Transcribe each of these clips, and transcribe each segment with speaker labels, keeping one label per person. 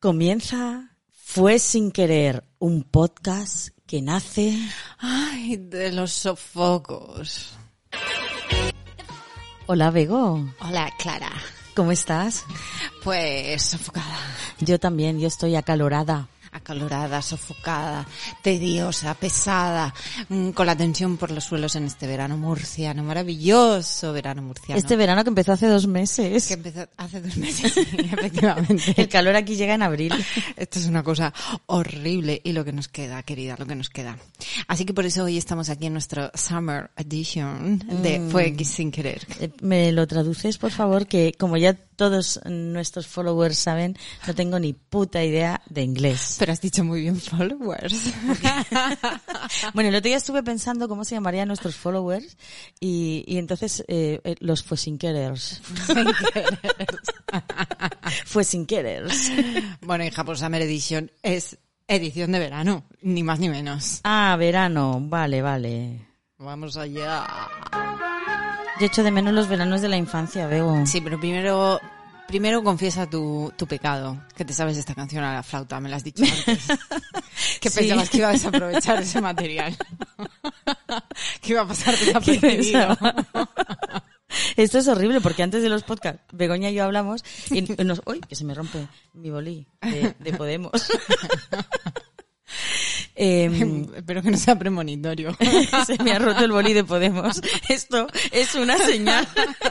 Speaker 1: comienza Fue sin querer, un podcast que nace...
Speaker 2: Ay, de los sofocos.
Speaker 1: Hola, Bego.
Speaker 2: Hola, Clara.
Speaker 1: ¿Cómo estás?
Speaker 2: Pues sofocada,
Speaker 1: Yo también, yo estoy acalorada.
Speaker 2: acalorada, sofocada, tediosa, pesada, mm, con la tensión por los suelos en este verano murciano, maravilloso verano murciano.
Speaker 1: Este verano que empezó hace dos meses.
Speaker 2: que empezó hace dos meses, sí, efectivamente.
Speaker 1: El calor aquí llega en abril.
Speaker 2: Esto es una cosa horrible y lo que nos queda, querida, lo que nos queda. Así que por eso hoy estamos aquí en nuestro Summer Edition de Fue sin querer.
Speaker 1: Eh, ¿Me lo traduces, por favor? Que como ya todos nuestros followers saben, no tengo ni puta idea de inglés.
Speaker 2: Pero has dicho muy bien followers.
Speaker 1: Bueno, el otro día estuve pensando cómo se llamarían nuestros followers y, y entonces eh, eh, los fue sin querers. fue sin querers.
Speaker 2: bueno, hija, pues Summer Edition es edición de verano, ni más ni menos.
Speaker 1: Ah, verano. Vale, vale.
Speaker 2: Vamos allá.
Speaker 1: Yo echo de menos los veranos de la infancia, veo.
Speaker 2: Sí, pero primero, primero confiesa tu, tu pecado, que te sabes esta canción a la flauta, me la has dicho antes. que
Speaker 1: Sí.
Speaker 2: pensabas que iba a desaprovechar ese material. que iba a pasar desapercibido.
Speaker 1: Esto es horrible porque antes de los podcasts, Begoña y yo hablamos y nos... ¡Uy! Que se me rompe mi bolí de, de Podemos. Em,
Speaker 2: Espero que no sea premonitorio.
Speaker 1: se me ha roto el bolí de Podemos. Esto es una señal.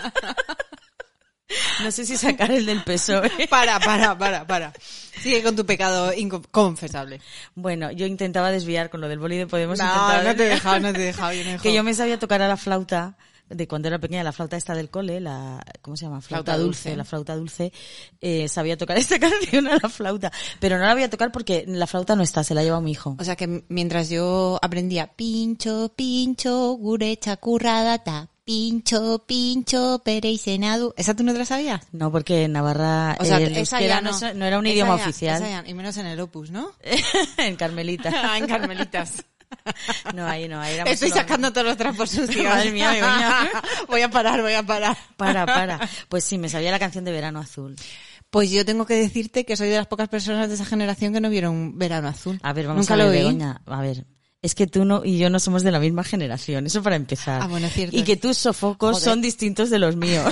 Speaker 1: No sé si sacar el del PSOE.
Speaker 2: para, para, para, para. Sigue con tu pecado inconfesable.
Speaker 1: Bueno, yo intentaba desviar con lo del bolí de Podemos.
Speaker 2: No,
Speaker 1: intentaba
Speaker 2: no te he
Speaker 1: desviar.
Speaker 2: dejado, no te he dejado. Yo no
Speaker 1: Que
Speaker 2: he dejado.
Speaker 1: yo me sabía tocar a la flauta de cuando era pequeña, la flauta esta del cole, la ¿cómo se llama? Flauta,
Speaker 2: Flauta
Speaker 1: dulce,
Speaker 2: dulce.
Speaker 1: la flauta dulce. Eh, sabía tocar esta canción a la flauta, pero no la voy a tocar porque la flauta no está, se la lleva mi hijo.
Speaker 2: O sea que mientras yo aprendía pincho, pincho, gurecha curradata, pincho, pincho, pereisenadu. ¿Esa tú no te la sabías?
Speaker 1: No, porque en Navarra
Speaker 2: O sea,
Speaker 1: el
Speaker 2: esa
Speaker 1: euskera
Speaker 2: ya no.
Speaker 1: no es- no era un
Speaker 2: Esa
Speaker 1: idioma
Speaker 2: ya, esa
Speaker 1: oficial
Speaker 2: ya, y menos en el opus, ¿no?
Speaker 1: en Carmelita.
Speaker 2: en Carmelitas.
Speaker 1: No, ahí no, ahí éramos
Speaker 2: Estoy
Speaker 1: solo-
Speaker 2: sacando todos los trapos sucios.
Speaker 1: Madre mía, Begoña.
Speaker 2: voy a parar, voy a parar.
Speaker 1: Para, para. Pues sí, me sabía la canción de Verano Azul.
Speaker 2: Pues yo tengo que decirte que soy de las pocas personas de esa generación que no vieron Verano Azul.
Speaker 1: A ver, vamos
Speaker 2: Nunca
Speaker 1: a ver,
Speaker 2: lo vi.
Speaker 1: Begoña. A ver. Es que tú no y yo no somos de la misma generación, eso para empezar.
Speaker 2: Ah, bueno, cierto.
Speaker 1: Y que tus sofocos
Speaker 2: Joder.
Speaker 1: son distintos de los míos.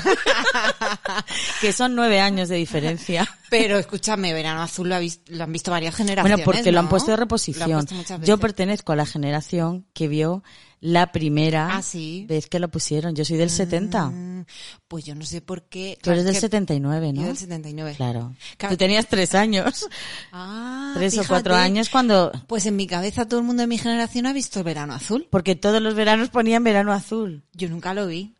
Speaker 1: que son nueve años de diferencia.
Speaker 2: Pero escúchame, Verano Azul lo, ha vis- lo han visto varias generaciones.
Speaker 1: Bueno, porque lo han
Speaker 2: ¿no?
Speaker 1: puesto de
Speaker 2: Lo han
Speaker 1: reposición.
Speaker 2: puesto muchas
Speaker 1: Yo
Speaker 2: veces.
Speaker 1: pertenezco a la generación que vio la primera
Speaker 2: Ah, sí.
Speaker 1: vez que lo pusieron. Yo soy del 70.
Speaker 2: Mm, Pues yo no sé por qué. Ah,
Speaker 1: Tú eres del
Speaker 2: que-
Speaker 1: 79,
Speaker 2: Yo
Speaker 1: ¿no?
Speaker 2: del 79.
Speaker 1: Claro.
Speaker 2: Ca-
Speaker 1: Tú tenías tres años.
Speaker 2: Ah,
Speaker 1: tres o
Speaker 2: fíjate.
Speaker 1: cuatro años cuando...
Speaker 2: Pues en mi cabeza todo el mundo de mi generación ha visto el verano azul.
Speaker 1: Porque todos los veranos ponían verano azul.
Speaker 2: Yo nunca lo vi.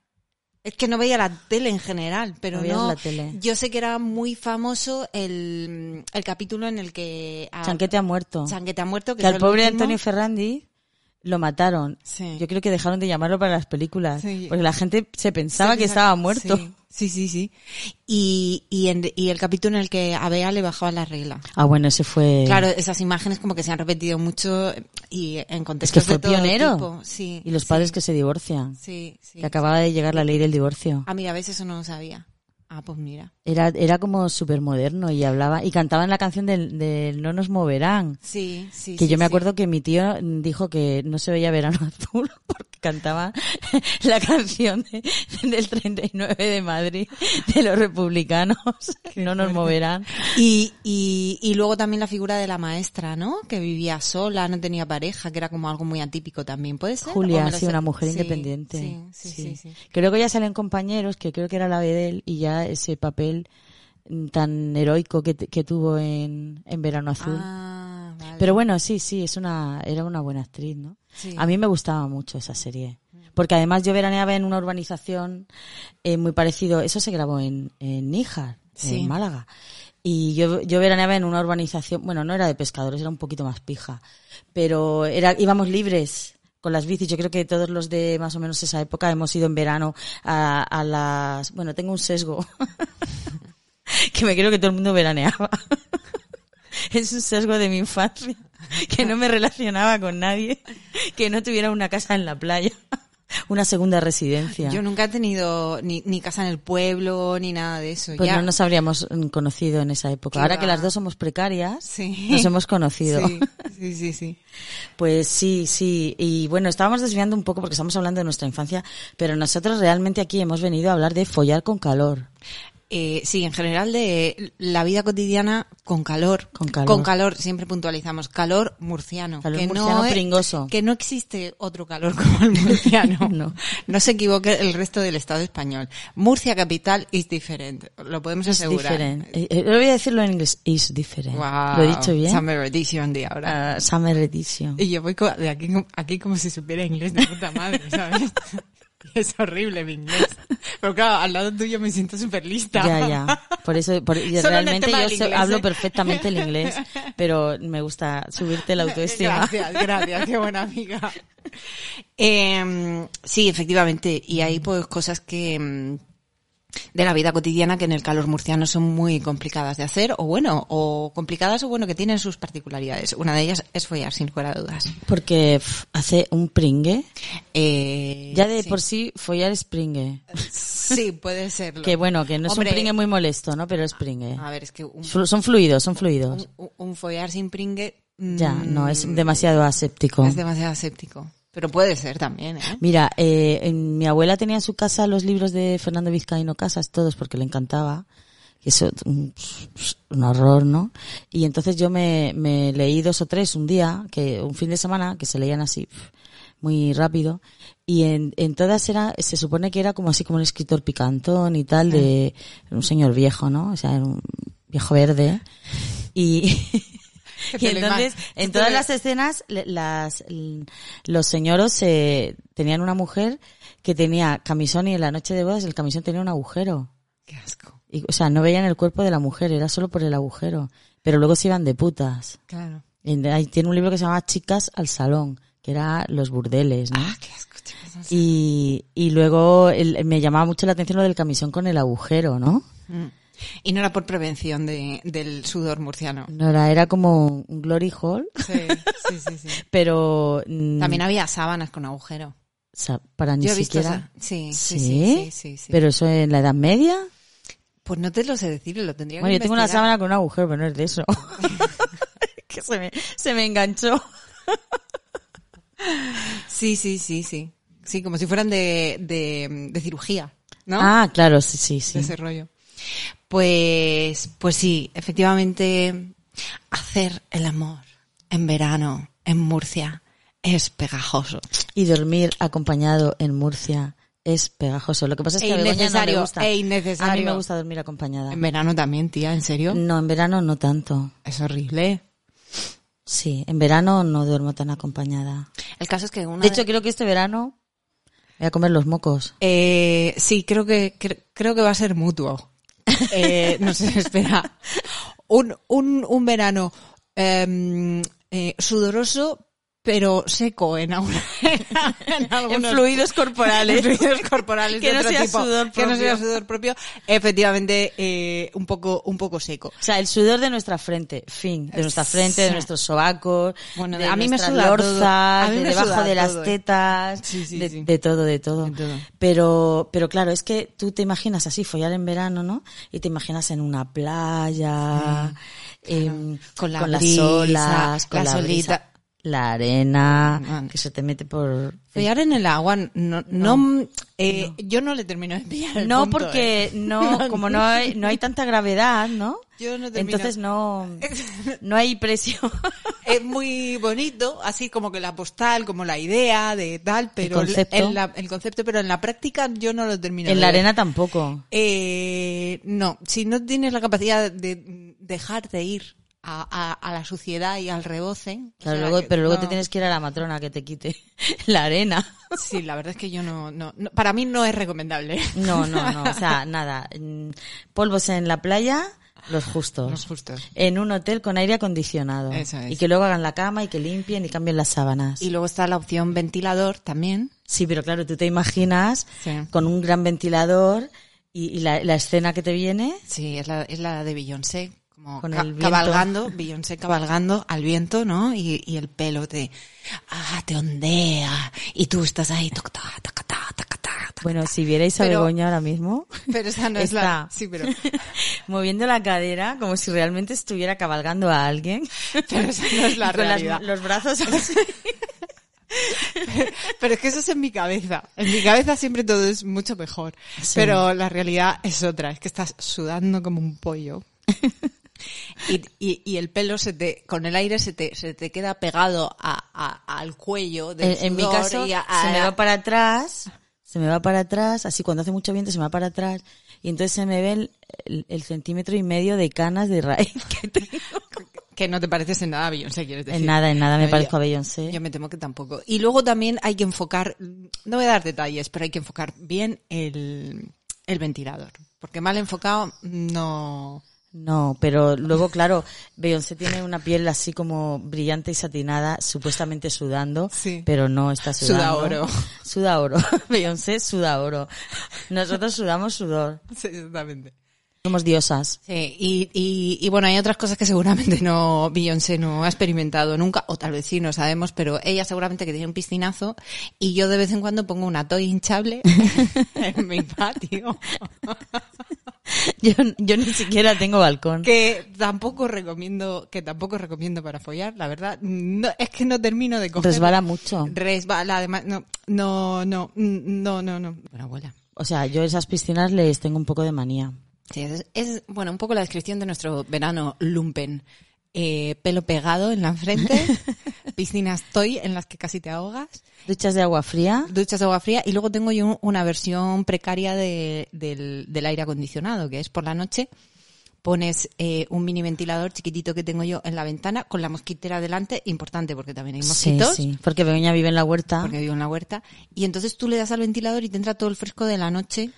Speaker 2: Es que no veía la tele en general, pero
Speaker 1: No
Speaker 2: no.
Speaker 1: veías la tele.
Speaker 2: Yo sé que era muy famoso el, el capítulo en el que. a-
Speaker 1: Chanquete ha muerto.
Speaker 2: Chanquete ha muerto. Que,
Speaker 1: que al
Speaker 2: fue el
Speaker 1: pobre
Speaker 2: último.
Speaker 1: Antonio Ferrandi lo mataron.
Speaker 2: Sí.
Speaker 1: Yo creo que dejaron de llamarlo para las películas.
Speaker 2: Sí.
Speaker 1: Porque la gente se pensaba
Speaker 2: Sí,
Speaker 1: que
Speaker 2: pensaba-
Speaker 1: estaba muerto.
Speaker 2: Sí, sí, sí. sí. Y, y, en- y el capítulo en el que a Bea le bajaban la regla.
Speaker 1: Ah, bueno, ese fue.
Speaker 2: Claro, esas imágenes como que se han repetido mucho y en
Speaker 1: es
Speaker 2: contextos
Speaker 1: que fue
Speaker 2: de todo
Speaker 1: pionero.
Speaker 2: tipo. Sí,
Speaker 1: y los
Speaker 2: sí,
Speaker 1: padres que se divorcian.
Speaker 2: sí, sí.
Speaker 1: Que acababa de llegar la ley del divorcio.
Speaker 2: Ah, mira, a veces eso no lo sabía. Ah, pues mira.
Speaker 1: Era, era como súper moderno y hablaba. Y cantaban la canción del, del No nos moverán.
Speaker 2: Sí, sí.
Speaker 1: Que
Speaker 2: sí,
Speaker 1: yo me
Speaker 2: sí.
Speaker 1: acuerdo que mi tío dijo que no se veía verano azul porque cantaba la canción de- del 39 de Madrid de los republicanos. No nos moverán.
Speaker 2: Y, y, y luego también la figura de la maestra, ¿no? Que vivía sola, no tenía pareja, que era como algo muy atípico también, ¿puede ser? ¿O
Speaker 1: Julia,
Speaker 2: me lo
Speaker 1: sí,
Speaker 2: sé?
Speaker 1: una mujer
Speaker 2: Sí,
Speaker 1: independiente.
Speaker 2: Sí sí, sí, sí.
Speaker 1: Creo que ya salen compañeros, que creo que era la Bedel, y ya ese papel mm, tan heroico que, t- que tuvo en, en Verano Azul.
Speaker 2: Ah, vale.
Speaker 1: Pero bueno, sí, sí, es una, era una buena actriz, ¿no?
Speaker 2: Sí.
Speaker 1: A mí me gustaba mucho esa serie. Porque además yo veraneaba en una urbanización eh, muy parecido. Eso se grabó en, en Níjar,
Speaker 2: Sí.
Speaker 1: en Málaga. Y yo, yo veraneaba en una urbanización, bueno, no era de pescadores, era un poquito más pija. Pero era, íbamos libres con las bicis. Yo creo que todos los de más o menos esa época hemos ido en verano a, a las... Bueno, tengo un sesgo. que me creo que todo el mundo veraneaba. Es un sesgo de mi infancia, que no me relacionaba con nadie, que no tuviera una casa en la playa, una segunda residencia.
Speaker 2: Yo nunca he tenido ni, ni casa en el pueblo, ni nada de eso.
Speaker 1: Pues
Speaker 2: ya.
Speaker 1: no nos habríamos mm, conocido en esa época.
Speaker 2: Qué
Speaker 1: Ahora
Speaker 2: va.
Speaker 1: que las dos somos precarias,
Speaker 2: Sí.
Speaker 1: nos hemos conocido.
Speaker 2: Sí, sí, sí, sí.
Speaker 1: Pues sí, sí. Y bueno, estábamos desviando un poco porque estamos hablando de nuestra infancia, pero nosotros realmente aquí hemos venido a hablar de follar con calor.
Speaker 2: Eh, sí, en general de la vida cotidiana con calor.
Speaker 1: Con calor.
Speaker 2: siempre puntualizamos. Calor murciano.
Speaker 1: Calor
Speaker 2: que
Speaker 1: murciano
Speaker 2: no es-
Speaker 1: pringoso.
Speaker 2: Que no existe otro calor como el murciano.
Speaker 1: No.
Speaker 2: No se equivoque el resto del Estado español. Murcia capital es diferente. Lo podemos
Speaker 1: Es
Speaker 2: asegurar.
Speaker 1: diferente. Yo voy a decirlo en inglés. Is different.
Speaker 2: Wow.
Speaker 1: Lo he dicho bien.
Speaker 2: Summer edition de ahora.
Speaker 1: Ah, summer edition.
Speaker 2: Y yo voy co- de aquí, como- aquí como si supiera inglés de puta madre, ¿sabes? es horrible mi inglés. Pero claro, al lado tuyo me siento súper lista.
Speaker 1: Ya, ya. Por eso, por- y
Speaker 2: Solo en el
Speaker 1: realmente
Speaker 2: tema
Speaker 1: yo
Speaker 2: del
Speaker 1: so-
Speaker 2: inglés,
Speaker 1: hablo
Speaker 2: ¿eh?
Speaker 1: perfectamente el inglés, pero me gusta subirte la autoestima.
Speaker 2: Gracias, gracias, qué buena amiga. Eh, sí, efectivamente. Y hay pues cosas que mm, de la vida cotidiana que en el calor murciano son muy complicadas de hacer, o bueno, o complicadas o bueno, que tienen sus particularidades. Una de ellas es follar, sin lugar a dudas.
Speaker 1: Porque pf, hace un pringue.
Speaker 2: Eh,
Speaker 1: Ya de
Speaker 2: sí.
Speaker 1: por sí follar es pringue.
Speaker 2: Sí, puede serlo.
Speaker 1: Que bueno, que no es
Speaker 2: Hombre,
Speaker 1: un pringue muy molesto, ¿no? Pero es pringue.
Speaker 2: A ver, es que un,
Speaker 1: Flu- son fluidos, son fluidos.
Speaker 2: un- un follar sin pringue mm,
Speaker 1: Ya, no, es demasiado aséptico.
Speaker 2: es demasiado aséptico. Pero puede ser también, ¿eh?
Speaker 1: Mira, eh, en- mi abuela tenía en su casa los libros de Fernando Vizcaíno Casas, todos, porque le encantaba. Y eso, un, un horror, ¿no? Y entonces yo me, me leí dos o tres un día, que un fin de semana, que se leían así, pf, muy rápido. Y en, en todas era, se supone que era como así como un escritor picantón y tal, de
Speaker 2: Ah.
Speaker 1: un señor viejo, ¿no? O sea, era un viejo verde. Y, y
Speaker 2: Te lo
Speaker 1: entonces,
Speaker 2: imag-
Speaker 1: en
Speaker 2: te
Speaker 1: todas
Speaker 2: lo-
Speaker 1: las escenas, le- las, l- los señoros eh, tenían una mujer que tenía camisón y en la noche de bodas el camisón tenía un agujero.
Speaker 2: Qué asco.
Speaker 1: Y, o sea, no veían el cuerpo de la mujer, era solo por el agujero. Pero luego se iban de putas.
Speaker 2: Claro.
Speaker 1: En- ahí tiene un libro que se llama Chicas al Salón, que era los burdeles, ¿no?
Speaker 2: Ah, qué asco, chicos. no sé.
Speaker 1: Y, y luego el- me llamaba mucho la atención lo del camisón con el agujero, ¿no?
Speaker 2: Mm. Y no era por prevención de, del sudor murciano.
Speaker 1: No era, era como un glory hall,
Speaker 2: Sí, sí, sí. sí.
Speaker 1: pero mm,
Speaker 2: También había sábanas con agujero.
Speaker 1: o sea, para ni
Speaker 2: Yo he visto
Speaker 1: siquiera...
Speaker 2: esa- Sí, sí, sí,
Speaker 1: ¿Sí?
Speaker 2: sí, sí, sí.
Speaker 1: Pero eso en la Edad Media.
Speaker 2: Pues no te lo sé decir, lo tendría
Speaker 1: Bueno,
Speaker 2: que
Speaker 1: yo tengo una
Speaker 2: investigar.
Speaker 1: sábana con un agujero, pero no es de eso. que se me, se me enganchó.
Speaker 2: Sí, sí, sí, sí. Sí, como si fueran de, de, de cirugía, ¿no?
Speaker 1: Ah, claro, sí, sí,
Speaker 2: de
Speaker 1: sí.
Speaker 2: ese rollo. Pues, pues sí, efectivamente, hacer el amor en verano en Murcia es pegajoso.
Speaker 1: Y dormir acompañado en Murcia es pegajoso. Lo que pasa es
Speaker 2: E
Speaker 1: que a Begoña no le
Speaker 2: innecesario,
Speaker 1: gusta.
Speaker 2: e
Speaker 1: A mí
Speaker 2: innecesario.
Speaker 1: me gusta dormir acompañada.
Speaker 2: En verano también, tía, ¿en serio?
Speaker 1: No, en verano no tanto.
Speaker 2: Es horrible.
Speaker 1: Sí, en verano no duermo tan acompañada.
Speaker 2: El caso es que una
Speaker 1: De hecho, creo que este verano voy a comer los mocos.
Speaker 2: Eh, sí, creo que cre- creo que va a ser mutuo. Eh, nos espera un, un, un verano em, eh, sudoroso, pero seco en, au- en algunos-
Speaker 1: fluidos corporales.
Speaker 2: en fluidos corporales
Speaker 1: Que
Speaker 2: de
Speaker 1: no
Speaker 2: otro
Speaker 1: sea
Speaker 2: tipo,
Speaker 1: sudor
Speaker 2: que no sea
Speaker 1: propio.
Speaker 2: sudor propio. Efectivamente, eh, un poco un poco seco.
Speaker 1: O sea, el sudor de nuestra frente, fin, de nuestra frente, de nuestros sobacos,
Speaker 2: Bueno,
Speaker 1: de
Speaker 2: a mí me
Speaker 1: nuestras
Speaker 2: suda
Speaker 1: lorzas,
Speaker 2: todo. A mí
Speaker 1: de
Speaker 2: me
Speaker 1: debajo
Speaker 2: suda
Speaker 1: de las
Speaker 2: todo. ¿eh?
Speaker 1: tetas,
Speaker 2: Sí, sí,
Speaker 1: de,
Speaker 2: sí.
Speaker 1: de todo, de todo.
Speaker 2: De todo.
Speaker 1: Pero, pero claro, es que tú te imaginas así follar en verano, ¿no? Y te imaginas en una playa, em,
Speaker 2: Con la
Speaker 1: las
Speaker 2: brisa,
Speaker 1: olas, con
Speaker 2: la
Speaker 1: la, brisa,
Speaker 2: solita.
Speaker 1: la arena,
Speaker 2: Man.
Speaker 1: que se te mete por
Speaker 2: Follar en el agua, no, no, eh, yo no le termino de pillar el
Speaker 1: no
Speaker 2: punto, eh.
Speaker 1: porque no como no hay, no hay tanta gravedad no
Speaker 2: Yo no termino.
Speaker 1: entonces no no hay presión
Speaker 2: eh. es muy bonito, así como que la postal, como la idea de tal, pero
Speaker 1: El concepto.
Speaker 2: en la- el concepto, pero en la práctica yo no lo termino.
Speaker 1: en
Speaker 2: de
Speaker 1: la
Speaker 2: ver.
Speaker 1: arena tampoco
Speaker 2: Eh, no, si no tienes la capacidad de dejar de ir a, a- a la suciedad y al reboce. o
Speaker 1: Claro,
Speaker 2: sea,
Speaker 1: luego-
Speaker 2: que
Speaker 1: pero luego
Speaker 2: no.
Speaker 1: te tienes que ir a la matrona que te quite la arena
Speaker 2: Sí, la verdad es que yo no, no, no- para mí no es recomendable.
Speaker 1: no no no o sea nada Mm, polvos en la playa los justos
Speaker 2: Los justos.
Speaker 1: en un hotel con aire acondicionado
Speaker 2: Eso es.
Speaker 1: y que luego hagan la cama y que limpien y cambien las sábanas
Speaker 2: Y luego está la opción ventilador también.
Speaker 1: Sí, pero claro, tú te imaginas
Speaker 2: Sí.
Speaker 1: con un gran ventilador y, y la, la escena que te viene.
Speaker 2: Sí, es la, es la de Beyoncé, como
Speaker 1: Con
Speaker 2: ca-
Speaker 1: el viento.
Speaker 2: cabalgando, Beyoncé cabalgando al viento, ¿no? Y, y el pelo te, ah, te ondea, y tú estás ahí, toc, ta, ta, ca, ta,
Speaker 1: Bueno, si vierais a
Speaker 2: Pero-
Speaker 1: Begoña ahora mismo,
Speaker 2: Pero esa no es la...
Speaker 1: Está.
Speaker 2: Sí, pero...
Speaker 1: moviendo la cadera como si realmente estuviera cabalgando a alguien.
Speaker 2: Pero esa no es
Speaker 1: Y
Speaker 2: la
Speaker 1: con las-
Speaker 2: realidad.
Speaker 1: los brazos así.
Speaker 2: Pero es que eso es en mi cabeza. En mi cabeza siempre todo es mucho mejor.
Speaker 1: Sí.
Speaker 2: Pero la realidad es otra. Es que estás sudando como un pollo. Y, y- y el pelo se te, con el aire se te, se te queda pegado a- a- al cuello. del
Speaker 1: en, en mi
Speaker 2: sudor
Speaker 1: caso,
Speaker 2: y a- a-
Speaker 1: se me va para atrás, se me va para atrás, así cuando hace mucho viento se me va para atrás, y entonces se me ve el, el- el centímetro y medio de canas de raíz que tengo.
Speaker 2: que no te pareces en nada a Beyoncé, quieres decir.
Speaker 1: En nada, en nada me
Speaker 2: No,
Speaker 1: parezco
Speaker 2: yo-
Speaker 1: a Beyoncé.
Speaker 2: Yo me temo que tampoco. Y luego también hay que enfocar, no voy a dar detalles, pero hay que enfocar bien el, el ventilador. Porque mal enfocado, no.
Speaker 1: No, pero luego, claro, Beyoncé tiene una piel así como brillante y satinada, supuestamente sudando,
Speaker 2: Sí.
Speaker 1: pero no está sudando.
Speaker 2: Suda oro.
Speaker 1: Suda oro. Beyoncé suda oro. Nosotros sudamos sudor.
Speaker 2: Sí, exactamente.
Speaker 1: Somos diosas.
Speaker 2: Sí, y, y, y bueno, hay otras cosas que seguramente no Beyoncé no ha experimentado nunca, o tal vez sí, no sabemos, pero ella seguramente que tiene un piscinazo y yo de vez en cuando pongo una toy hinchable en mi patio,
Speaker 1: Yo, yo ni siquiera tengo balcón.
Speaker 2: que tampoco recomiendo, que tampoco recomiendo para follar, la verdad, no, es que no termino de coger.
Speaker 1: Resbala Pues mucho.
Speaker 2: Resbala, además, no, no, no, mm, no, no, no. Bueno, abuela.
Speaker 1: O sea, yo esas piscinas les tengo un poco de manía.
Speaker 2: Sí, es, es, bueno, un poco la descripción de nuestro verano lumpen. Eh, pelo pegado en la frente, piscinas toy en las que casi te ahogas,
Speaker 1: Duchas de agua fría.
Speaker 2: duchas de agua fría y luego tengo yo un- una versión precaria de- del, del aire acondicionado, que es por la noche pones eh, un mini ventilador chiquitito que tengo yo en la ventana con la mosquitera delante, importante porque también hay
Speaker 1: Sí,
Speaker 2: mosquitos
Speaker 1: sí. Porque Begoña vive en la huerta.
Speaker 2: porque vivo en la huerta y entonces tú le das al ventilador y te entra todo el fresco de la noche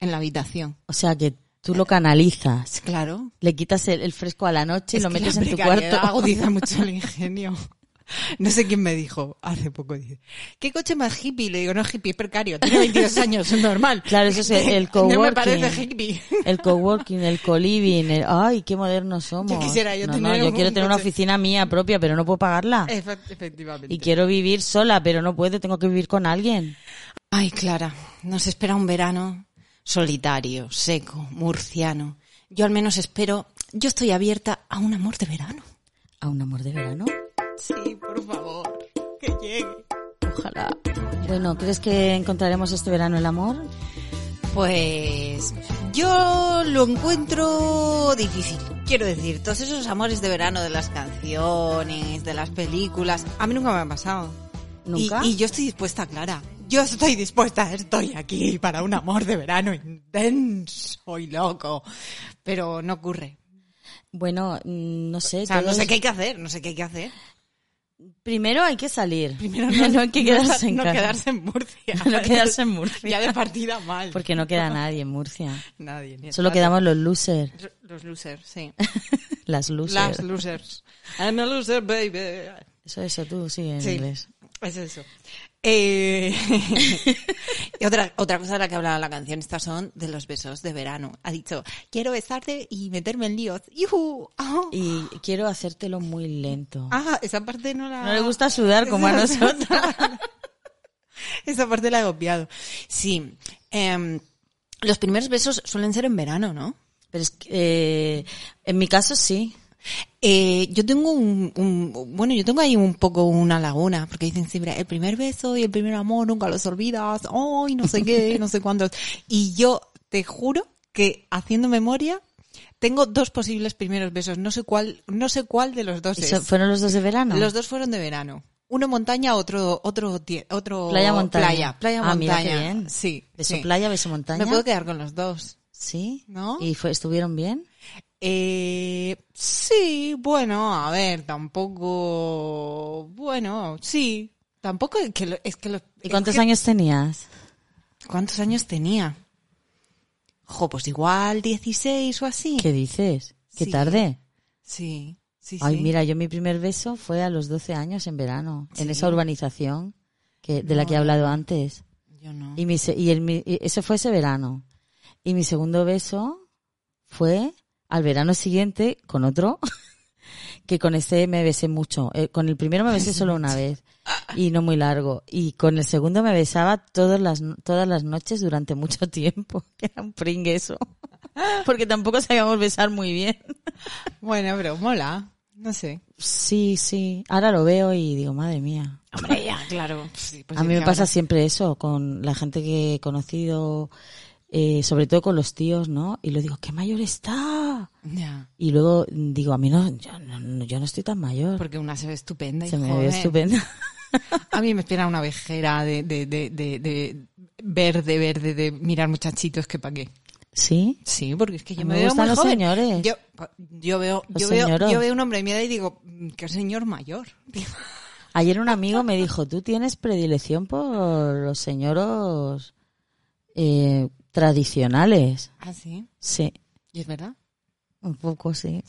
Speaker 2: en la habitación.
Speaker 1: O sea, que tú lo canalizas.
Speaker 2: Claro,
Speaker 1: Le quitas el, el fresco a la noche y
Speaker 2: Es
Speaker 1: lo
Speaker 2: que
Speaker 1: metes
Speaker 2: la
Speaker 1: en tu
Speaker 2: precariedad
Speaker 1: cuarto.
Speaker 2: agudiza mucho el ingenio. No sé quién me dijo hace poco. Dice, ¿qué coche más hippie? Le digo, no es hippie, es precario. Tiene 22 años, es normal.
Speaker 1: Claro, eso es el- el
Speaker 2: No me
Speaker 1: coworking.
Speaker 2: parece hippie.
Speaker 1: El coworking, el coliving, el... ay, qué modernos somos.
Speaker 2: Yo quisiera yo
Speaker 1: no,
Speaker 2: tener
Speaker 1: no, yo
Speaker 2: un
Speaker 1: quiero tener una
Speaker 2: coche.
Speaker 1: oficina mía propia, pero no puedo pagarla.
Speaker 2: Efe- Efectivamente.
Speaker 1: Y quiero vivir sola, pero no puedo, tengo que vivir con alguien.
Speaker 2: Ay, Clara, nos espera un verano solitario, seco, murciano. Yo al menos espero, yo estoy abierta a un amor de verano.
Speaker 1: A un amor de verano.
Speaker 2: Sí, por favor, que llegue.
Speaker 1: Ojalá. Bueno, ¿crees que encontraremos este verano el amor?
Speaker 2: Pues yo lo encuentro difícil. Quiero decir, todos esos amores de verano de las canciones, de las películas, a mí nunca me han pasado.
Speaker 1: ¿Nunca?
Speaker 2: Y, y yo estoy dispuesta, Clara. Yo estoy dispuesta, estoy aquí para un amor de verano intenso y loco. Pero no ocurre.
Speaker 1: Bueno, mm, no sé.
Speaker 2: O sea, no
Speaker 1: todos-
Speaker 2: sé qué hay que hacer, no sé qué hay que hacer.
Speaker 1: Primero hay que salir.
Speaker 2: Primero
Speaker 1: no, hay que quedarse
Speaker 2: no,
Speaker 1: en
Speaker 2: no
Speaker 1: casa.
Speaker 2: quedarse en Murcia.
Speaker 1: No quedarse en Murcia.
Speaker 2: Ya de partida mal.
Speaker 1: Porque no queda nadie en Murcia.
Speaker 2: Nadie. ni
Speaker 1: Solo
Speaker 2: estar-
Speaker 1: quedamos los losers.
Speaker 2: Los losers, sí.
Speaker 1: Las losers.
Speaker 2: Las losers. I'm a loser, baby.
Speaker 1: Eso, eso, tú, sí, en
Speaker 2: Sí.
Speaker 1: inglés.
Speaker 2: Es eso. Eh, y otra, otra cosa de la que hablaba la canción, estas son de los besos de verano. Ha dicho, quiero besarte y meterme en líos. ¡Yujú! ¡Ah!
Speaker 1: Y quiero hacértelo muy lento.
Speaker 2: Ah, esa parte no la...
Speaker 1: No le gusta sudar como a nosotros.
Speaker 2: Esa parte la he copiado. Sí. em, los primeros besos suelen ser en verano, ¿no?
Speaker 1: Pero es que, eh, en mi caso sí.
Speaker 2: Eh, yo tengo un, un- bueno, yo tengo ahí un poco una laguna, porque dicen siempre, el primer beso y el primer amor nunca los olvidas, ay, no sé qué, no sé cuántos. Y yo te juro que haciendo memoria, tengo dos posibles primeros besos, no sé cuál, no sé cuál de los dos
Speaker 1: ¿Y
Speaker 2: es.
Speaker 1: so- ¿Fueron los dos de verano?
Speaker 2: Los dos fueron de verano. Uno montaña, otro, otro, tie- otro.
Speaker 1: Playa montaña.
Speaker 2: Playa, playa
Speaker 1: Ah, mira
Speaker 2: montaña.
Speaker 1: qué bien.
Speaker 2: Sí.
Speaker 1: Beso
Speaker 2: sí.
Speaker 1: playa, beso montaña.
Speaker 2: Me puedo quedar con los dos.
Speaker 1: Sí.
Speaker 2: ¿No?
Speaker 1: ¿Y fue- estuvieron bien?
Speaker 2: Eh, sí, bueno, a ver, tampoco. Bueno, sí. Tampoco es que, lo- es que lo-
Speaker 1: ¿Y
Speaker 2: es
Speaker 1: cuántos
Speaker 2: que-
Speaker 1: años tenías?
Speaker 2: ¿Cuántos años tenía? Jo, pues igual 16 o así.
Speaker 1: ¿Qué dices? ¿Qué
Speaker 2: Sí.
Speaker 1: tarde?
Speaker 2: Sí, sí,
Speaker 1: Ay,
Speaker 2: sí.
Speaker 1: mira, yo mi primer beso fue a los 12 años en verano, en
Speaker 2: Sí.
Speaker 1: esa urbanización que, de la
Speaker 2: No,
Speaker 1: que he hablado antes.
Speaker 2: Yo no.
Speaker 1: Y, mi, se- y, el, mi- y eso fue ese verano. Y mi segundo beso fue al verano siguiente este con otro, que con ese me besé mucho. Eh, con el primero me besé solo una vez. y no muy largo. Y con el segundo me besaba todas las, todas las noches durante mucho tiempo. Era un pringueso. Porque tampoco sabíamos besar muy bien.
Speaker 2: Bueno, pero mola. No sé.
Speaker 1: Sí, sí. Ahora lo veo y digo, madre mía.
Speaker 2: Hombre,
Speaker 1: Ah,
Speaker 2: ya, claro. Sí, pues
Speaker 1: A
Speaker 2: sí,
Speaker 1: mí me
Speaker 2: que
Speaker 1: pasa
Speaker 2: ahora-
Speaker 1: siempre eso con la gente que he conocido, eh, sobre todo con los tíos, ¿no? Y lo digo, qué mayor está.
Speaker 2: Ya.
Speaker 1: Y luego digo, a mí no, yo no, no- yo no estoy tan mayor.
Speaker 2: Porque una se ve estupenda y
Speaker 1: Se me
Speaker 2: joven.
Speaker 1: ve estupenda.
Speaker 2: A mí me espera una vejera de, de, de, de, de verde, verde, de mirar muchachitos que pa' qué.
Speaker 1: ¿Sí?
Speaker 2: Sí, porque es que yo
Speaker 1: Me
Speaker 2: me, veo
Speaker 1: gustan
Speaker 2: muy
Speaker 1: los
Speaker 2: joven.
Speaker 1: señores.
Speaker 2: Yo, yo veo, yo
Speaker 1: Los
Speaker 2: veo,
Speaker 1: señoros.
Speaker 2: yo veo un hombre de mi edad y digo, "Mm, qué señor mayor.
Speaker 1: Ayer un amigo me dijo, tú tienes predilección por los señoros eh, tradicionales.
Speaker 2: Ah, sí.
Speaker 1: Sí,
Speaker 2: ¿Y es verdad?
Speaker 1: un poco sí.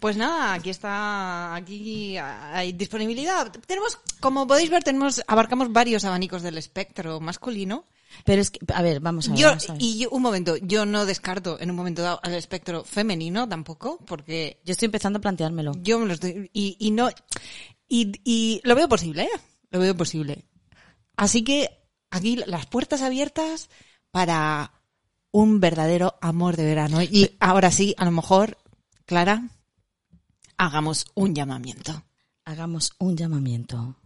Speaker 2: Pues nada, aquí está, aquí hay disponibilidad. Tenemos, como podéis ver, tenemos, abarcamos varios abanicos del espectro masculino.
Speaker 1: Pero es que, a ver, vamos a ver.
Speaker 2: Yo,
Speaker 1: vamos a ver.
Speaker 2: y yo- un momento, yo no descarto en un momento dado al espectro femenino tampoco, porque
Speaker 1: Yo estoy empezando a planteármelo.
Speaker 2: Yo me lo estoy. Y, y no. Y, y lo veo posible, ¿eh? Lo veo posible. Así que aquí las puertas abiertas para un verdadero amor de verano. Y ahora sí, a lo mejor, Clara, hagamos un llamamiento.
Speaker 1: Hagamos un llamamiento.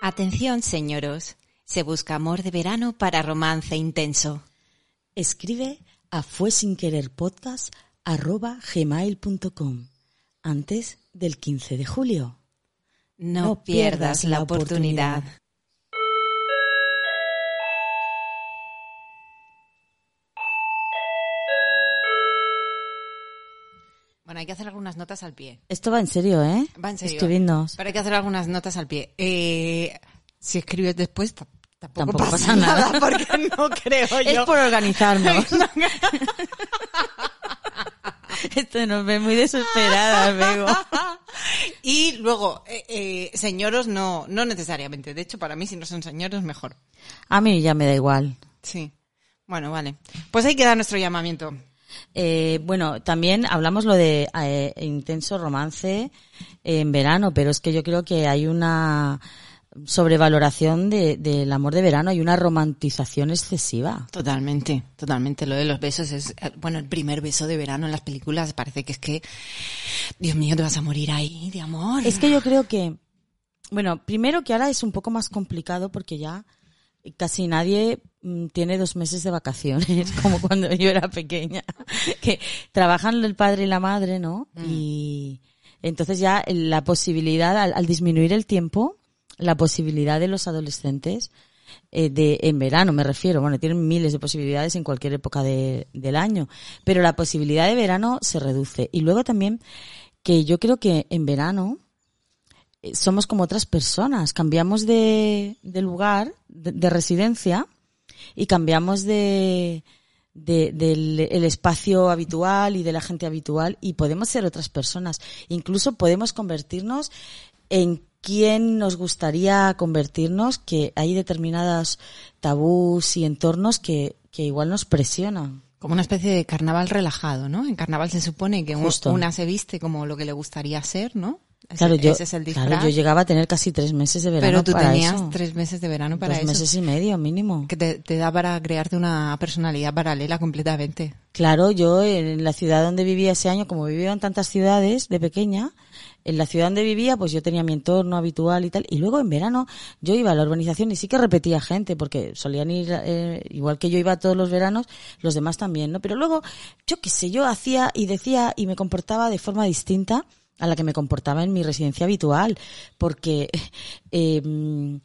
Speaker 2: Atención, señoros. Se busca amor de verano para romance intenso.
Speaker 1: Escribe a fue sin querer podcast arroba gmail.com antes del 15 de julio.
Speaker 2: No,
Speaker 1: No
Speaker 2: pierdas la oportunidad. Bueno, hay que hacer algunas notas al pie.
Speaker 1: Esto va en serio, ¿eh?
Speaker 2: Va en serio.
Speaker 1: Escribidnos.
Speaker 2: Pero hay que hacer algunas notas al pie. Eh, si escribes después, ta- tampoco,
Speaker 1: Tampoco
Speaker 2: pasa,
Speaker 1: pasa
Speaker 2: nada,
Speaker 1: nada.
Speaker 2: porque no creo
Speaker 1: Es
Speaker 2: yo.
Speaker 1: por organizarnos. Esto nos ve muy desesperadas, Bego.
Speaker 2: y luego, eh, eh, señoros, no, no necesariamente. De hecho, para mí, si no son señoros, mejor.
Speaker 1: A mí ya me da igual.
Speaker 2: Sí. Bueno, vale. Pues ahí queda nuestro llamamiento.
Speaker 1: Eh, bueno, también hablamos lo de eh, intenso romance en verano, pero es que yo creo que hay una sobrevaloración de- del amor de verano, hay una romantización excesiva.
Speaker 2: Totalmente, totalmente. Lo de los besos es, eh, bueno, el primer beso de verano en las películas parece que es que, Dios mío, te vas a morir ahí de amor.
Speaker 1: Es que yo creo que, bueno, primero que ahora es un poco más complicado porque ya casi nadie mm, tiene dos meses de vacaciones, como cuando yo era pequeña, que trabajan el padre y la madre, ¿no? Y entonces ya el- la posibilidad, al, al disminuir el tiempo, la posibilidad de los adolescentes eh, de en verano me refiero bueno tienen miles de posibilidades en cualquier época de- del año pero la posibilidad de verano se reduce y luego también que yo creo que en verano eh, somos como otras personas cambiamos de, de lugar de, de residencia y cambiamos de, de- del el espacio habitual y de la gente habitual y podemos ser otras personas. Incluso podemos convertirnos en quien nos gustaría convertirnos, que hay determinados tabús y entornos que, que igual nos presionan.
Speaker 2: Como una especie de carnaval relajado, ¿no? En carnaval se supone que un-
Speaker 1: Justo.
Speaker 2: una se viste como lo que le gustaría ser, ¿no? Ese,
Speaker 1: Claro, yo,
Speaker 2: ese es el disfraz.
Speaker 1: claro, yo llegaba a tener casi tres meses de verano
Speaker 2: pero tú
Speaker 1: para
Speaker 2: tenías
Speaker 1: eso.
Speaker 2: tres meses de verano para
Speaker 1: Dos
Speaker 2: eso.
Speaker 1: meses y medio mínimo.
Speaker 2: Que te, te da para crearte una personalidad paralela completamente.
Speaker 1: Claro, yo en la ciudad donde vivía ese año, como vivía en tantas ciudades de pequeña, en la ciudad donde vivía, pues yo tenía mi entorno habitual y tal. Y luego en verano yo iba a la urbanización y sí que repetía gente, porque solían ir, eh, igual que yo iba todos los veranos, los demás también, ¿no? Pero luego, yo qué sé, yo hacía y decía y me comportaba de forma distinta a la que me comportaba en mi residencia habitual, porque eh, mm,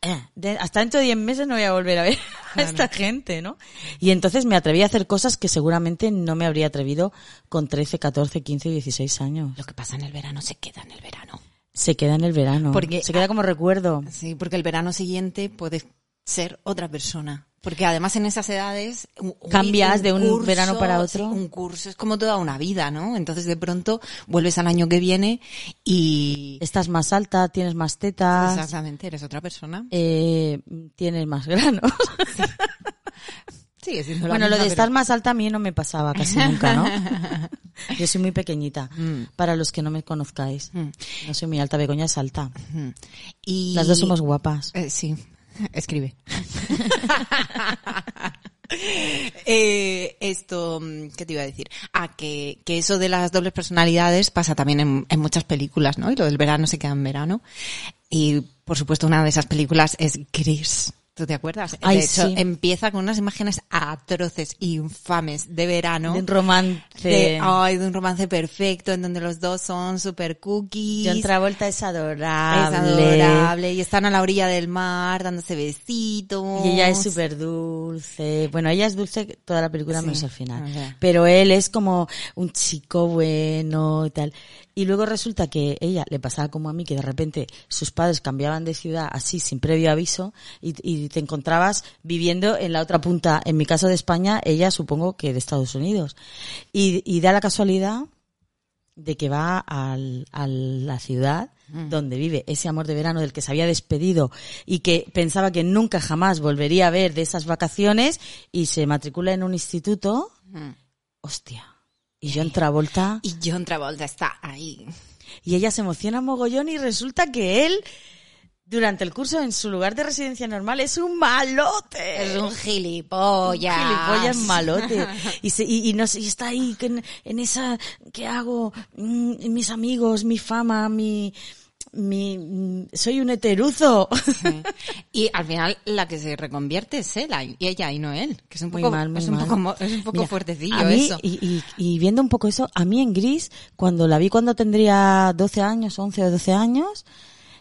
Speaker 1: Eh, de- hasta dentro de 10 meses no voy a volver a ver a esta gente, ¿no? Y entonces me atreví a hacer cosas que seguramente no me habría atrevido con 13, 14, 15, 16 años.
Speaker 2: Lo que pasa en el verano se queda en el verano.
Speaker 1: Se queda en el verano.
Speaker 2: Porque- Ah,
Speaker 1: se queda como recuerdo.
Speaker 2: Sí, porque el verano siguiente puedes ser otra persona. Porque además en esas edades... un- un-
Speaker 1: Cambias de un verano para otro.
Speaker 2: sí, un curso es como toda una vida, ¿no? Entonces de pronto vuelves al año que viene y...
Speaker 1: Estás más alta, tienes más tetas,
Speaker 2: Exactamente, eres otra persona.
Speaker 1: eh, tienes más granos.
Speaker 2: Sigue siendo la
Speaker 1: Bueno, lo
Speaker 2: misma,
Speaker 1: de
Speaker 2: pero-
Speaker 1: estar más alta a mí no me pasaba casi nunca, ¿no? Yo soy muy pequeñita.
Speaker 2: Mm.
Speaker 1: Para los que no me conozcáis,
Speaker 2: Mm.
Speaker 1: no soy muy alta, Begoña es alta.
Speaker 2: Mm. Y...
Speaker 1: Las dos somos guapas.
Speaker 2: Eh, sí, escribe. Eh, esto, mm, ¿qué te iba a decir? Ah, que, que eso de las dobles personalidades pasa también en, en muchas películas, ¿no? Y lo del verano se queda en verano. Y, por supuesto, una de esas películas es Gris. ¿Tú te acuerdas?
Speaker 1: Ay,
Speaker 2: de hecho,
Speaker 1: sí.
Speaker 2: empieza con unas imágenes atroces, infames, de verano.
Speaker 1: De un romance.
Speaker 2: De- ay, de un romance perfecto en donde los dos son super cookies.
Speaker 1: John Travolta es
Speaker 2: Es
Speaker 1: adorable.
Speaker 2: adorable y están a la orilla del mar dándose besitos.
Speaker 1: Y ella es súper dulce. Bueno, ella es dulce toda la película
Speaker 2: Sí,
Speaker 1: menos al
Speaker 2: o
Speaker 1: final.
Speaker 2: sea.
Speaker 1: Pero él es como un chico bueno y tal. Y luego resulta que ella le pasaba como a mí, que de repente sus padres cambiaban de ciudad así, sin previo aviso, y, y te encontrabas viviendo en la otra punta. En mi caso de España, ella supongo que de Estados Unidos. Y, y da la casualidad de que va al- a la ciudad
Speaker 2: Mm.
Speaker 1: donde vive ese amor de verano del que se había despedido y que pensaba que nunca jamás volvería a ver de esas vacaciones y se matricula en un instituto. Hostia. Y John Travolta.
Speaker 2: Mm. Y John Travolta está ahí.
Speaker 1: Y ella se emociona mogollón y resulta que él, durante el curso en su lugar de residencia normal, es un malote.
Speaker 2: Es un gilipollas.
Speaker 1: Gilipollas malote. Y, se- y, y no sé, y está ahí que en, en esa, ¿qué hago? Mm, mis amigos, mi fama, mi... mi mm, soy un heteruzo.
Speaker 2: Sí. Y al final la que se reconvierte es él, y ella y no él. Que es un
Speaker 1: Muy
Speaker 2: poco,
Speaker 1: mal, muy
Speaker 2: es un
Speaker 1: mal.
Speaker 2: poco, mo- es un poco
Speaker 1: Mira,
Speaker 2: fuertecillo
Speaker 1: a mí,
Speaker 2: eso.
Speaker 1: Y, y- y viendo un poco eso, a mí en Gris, cuando la vi cuando tendría 12 años, 11 o 12 años,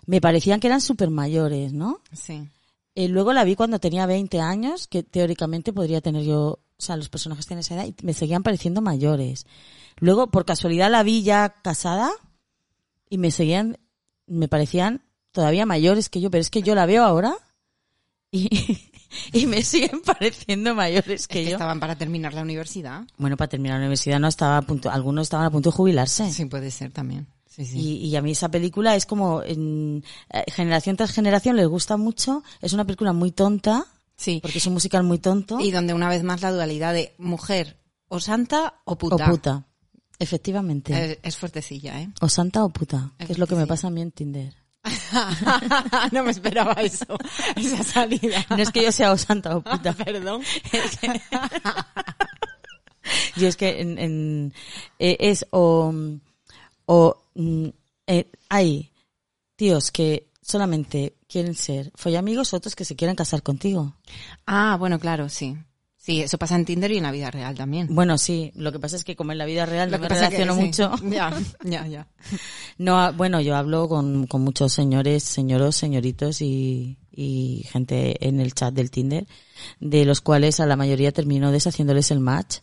Speaker 1: me parecían que eran súper mayores, ¿no?
Speaker 2: Sí.
Speaker 1: Eh, luego la vi cuando tenía 20 años, que teóricamente podría tener yo, o sea, los personajes tienen esa edad y me seguían pareciendo mayores. Luego, por casualidad, la vi ya casada y me seguían, me parecían todavía mayores que yo, pero es que yo la veo ahora y, y me siguen pareciendo mayores que,
Speaker 2: Que
Speaker 1: yo.
Speaker 2: estaban para terminar la universidad.
Speaker 1: Bueno, para terminar la universidad no estaba a punto, algunos estaban a punto de jubilarse.
Speaker 2: Sí, puede ser también. Sí, sí.
Speaker 1: Y, y a mí esa película es como, en, eh, generación tras generación les gusta mucho, es una película muy tonta.
Speaker 2: Sí.
Speaker 1: Porque es un musical muy tonto.
Speaker 2: Y donde una vez más la dualidad de mujer o santa o
Speaker 1: o
Speaker 2: puta.
Speaker 1: puta. Efectivamente.
Speaker 2: Es, es fuertecilla, ¿eh?
Speaker 1: o santa o puta. Que es lo que me
Speaker 2: sí.
Speaker 1: pasa a mí en Tinder.
Speaker 2: no me esperaba eso, esa salida.
Speaker 1: No es que yo sea o santa o puta.
Speaker 2: Perdón.
Speaker 1: Yo es que en, en- eh, es o, o mm, eh, hay tíos que solamente quieren ser follamigos, otros que se quieren casar contigo.
Speaker 2: Ah, bueno, claro, sí. Sí, eso pasa en Tinder y en la vida real también.
Speaker 1: Bueno, sí, lo que pasa es que como en la vida real no me
Speaker 2: pasa que-
Speaker 1: relaciono
Speaker 2: sí.
Speaker 1: mucho.
Speaker 2: Ya, ya, ya.
Speaker 1: No, ah, bueno, yo hablo con, con muchos señores, señoros, señoritos y, y gente en el chat del Tinder, de los cuales a la mayoría termino deshaciéndoles el match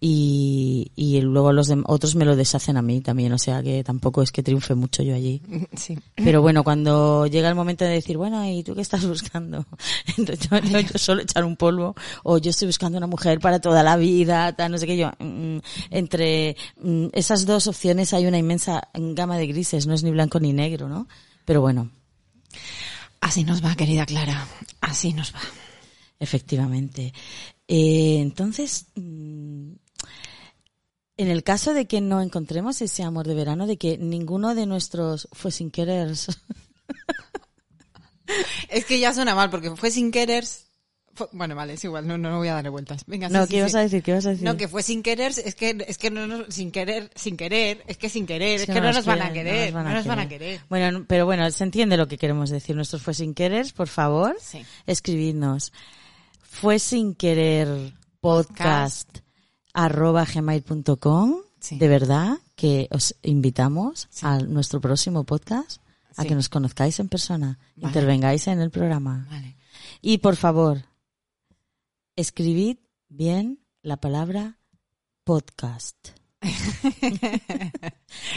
Speaker 1: y, y luego los dem- otros me lo deshacen a mí también, o sea que tampoco es que triunfe mucho yo allí.
Speaker 2: Sí.
Speaker 1: Pero bueno, cuando llega el momento de decir, bueno, ¿y tú qué estás buscando? Entonces, yo, yo- yo solo echar un polvo, o yo estoy buscando una mujer para toda la vida, tal, no sé qué yo. mm, entre mm, esas dos opciones hay una inmensa gama de grises, no es ni blanco ni negro, ¿no? Pero bueno,
Speaker 2: Así nos va, querida Clara. Así nos va.
Speaker 1: efectivamente. Eh, entonces, mm, en el caso de que no encontremos ese amor de verano, de que ninguno de nuestros fue sin querer,
Speaker 2: Es que ya suena mal porque fue sin querer. fue- Bueno, vale, es igual, no, no voy a darle vueltas. Venga, sí,
Speaker 1: no,
Speaker 2: sí,
Speaker 1: ¿qué ibas
Speaker 2: sí.
Speaker 1: a decir? ¿Qué ibas a decir?
Speaker 2: No, que fue sin querer, es que, es que no, nos- sin querer, sin querer, es que sin querer, es,
Speaker 1: Es
Speaker 2: que, no nos van a
Speaker 1: quieren,
Speaker 2: querer, no nos van a querer.
Speaker 1: Bueno, n- pero bueno, se entiende lo que queremos decir. Nuestros fue sin querer, por favor,
Speaker 2: Sí.
Speaker 1: escribidnos. Fue sin querer podcast arroba gmail.com.
Speaker 2: Sí.
Speaker 1: De verdad que os invitamos
Speaker 2: Sí.
Speaker 1: a nuestro próximo podcast a
Speaker 2: Sí.
Speaker 1: que nos conozcáis en persona,
Speaker 2: Vale.
Speaker 1: intervengáis en el programa.
Speaker 2: Vale.
Speaker 1: Y por favor, escribid bien la palabra podcast.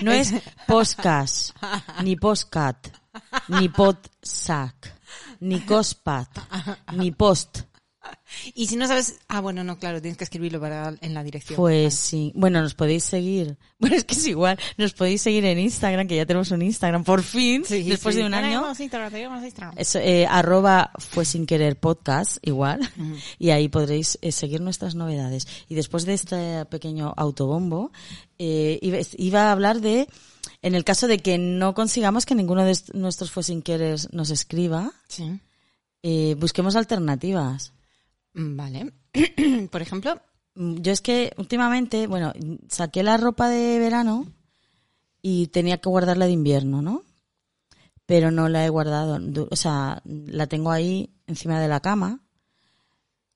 Speaker 1: No es podcast, ni postcat, ni podsac, ni cospat, ni post,
Speaker 2: y si no sabes, ah, bueno, no, claro, tienes que escribirlo para en la dirección.
Speaker 1: Pues sí. Bueno, nos podéis seguir. Bueno, es que es igual. Nos podéis seguir en Instagram, que ya tenemos un Instagram, por fin,
Speaker 2: Sí,
Speaker 1: después
Speaker 2: sí.
Speaker 1: de un
Speaker 2: Ahora
Speaker 1: año.
Speaker 2: vamos a Instagram, te llevamos a Instagram.
Speaker 1: Es, eh, arroba fue sin querer podcast, igual. Y ahí podréis eh, seguir nuestras novedades. Y después de este pequeño autobombo, eh, iba, iba a hablar de, en el caso de que no consigamos que ninguno de est- nuestros fue sin querer nos escriba,
Speaker 2: Sí.
Speaker 1: eh, busquemos alternativas.
Speaker 2: Mm, Vale. Por ejemplo,
Speaker 1: Mm, Yo es que últimamente, bueno, saqué la ropa de verano y tenía que guardarla de invierno, ¿no? Pero no la he guardado, du- o sea, la tengo ahí encima de la cama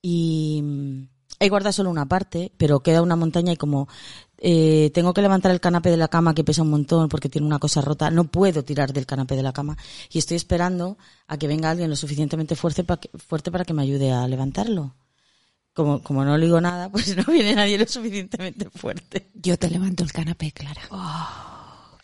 Speaker 1: y mm, he guardado solo una parte, pero queda una montaña y como eh, tengo que levantar el canapé de la cama que pesa un montón porque tiene una cosa rota, no puedo tirar del canapé de la cama y estoy esperando a que venga alguien lo suficientemente fuerte, pa que- fuerte para que me ayude a levantarlo como, como no le digo nada, pues no viene nadie lo suficientemente fuerte.
Speaker 2: yo te levanto el canapé, Clara.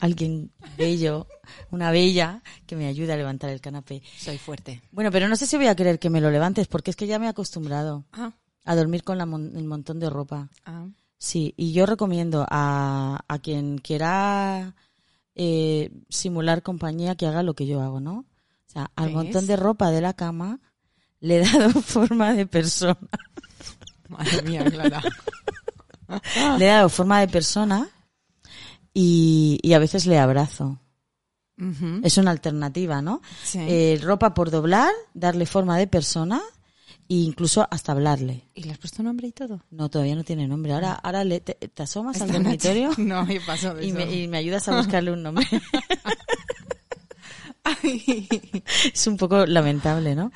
Speaker 1: Alguien bello, una bella, que me ayude a levantar el canapé.
Speaker 2: Soy fuerte.
Speaker 1: Bueno, pero no sé si voy a querer que me lo levantes, porque es que ya me he acostumbrado
Speaker 2: Ah,
Speaker 1: a dormir con la mon- el montón de ropa.
Speaker 2: ah.
Speaker 1: Sí, y yo recomiendo a, a quien quiera eh, simular compañía que haga lo que yo hago, ¿no? O sea, al
Speaker 2: ¿Ves?
Speaker 1: montón de ropa de la cama le he dado forma de persona.
Speaker 2: Madre mía, Clara.
Speaker 1: Le he dado forma de persona y, y a veces le abrazo.
Speaker 2: Ujú.
Speaker 1: Es una alternativa, ¿no?
Speaker 2: Sí.
Speaker 1: Eh, ropa por doblar, darle forma de persona e incluso hasta hablarle.
Speaker 2: ¿Y le has puesto nombre y todo?
Speaker 1: No, todavía no tiene nombre. Ahora, ahora le, te, te asomas al
Speaker 2: Esta noche-
Speaker 1: dormitorio
Speaker 2: No, he pasado de
Speaker 1: y
Speaker 2: eso.
Speaker 1: me, y me ayudas a buscarle un nombre. es un poco lamentable, ¿no?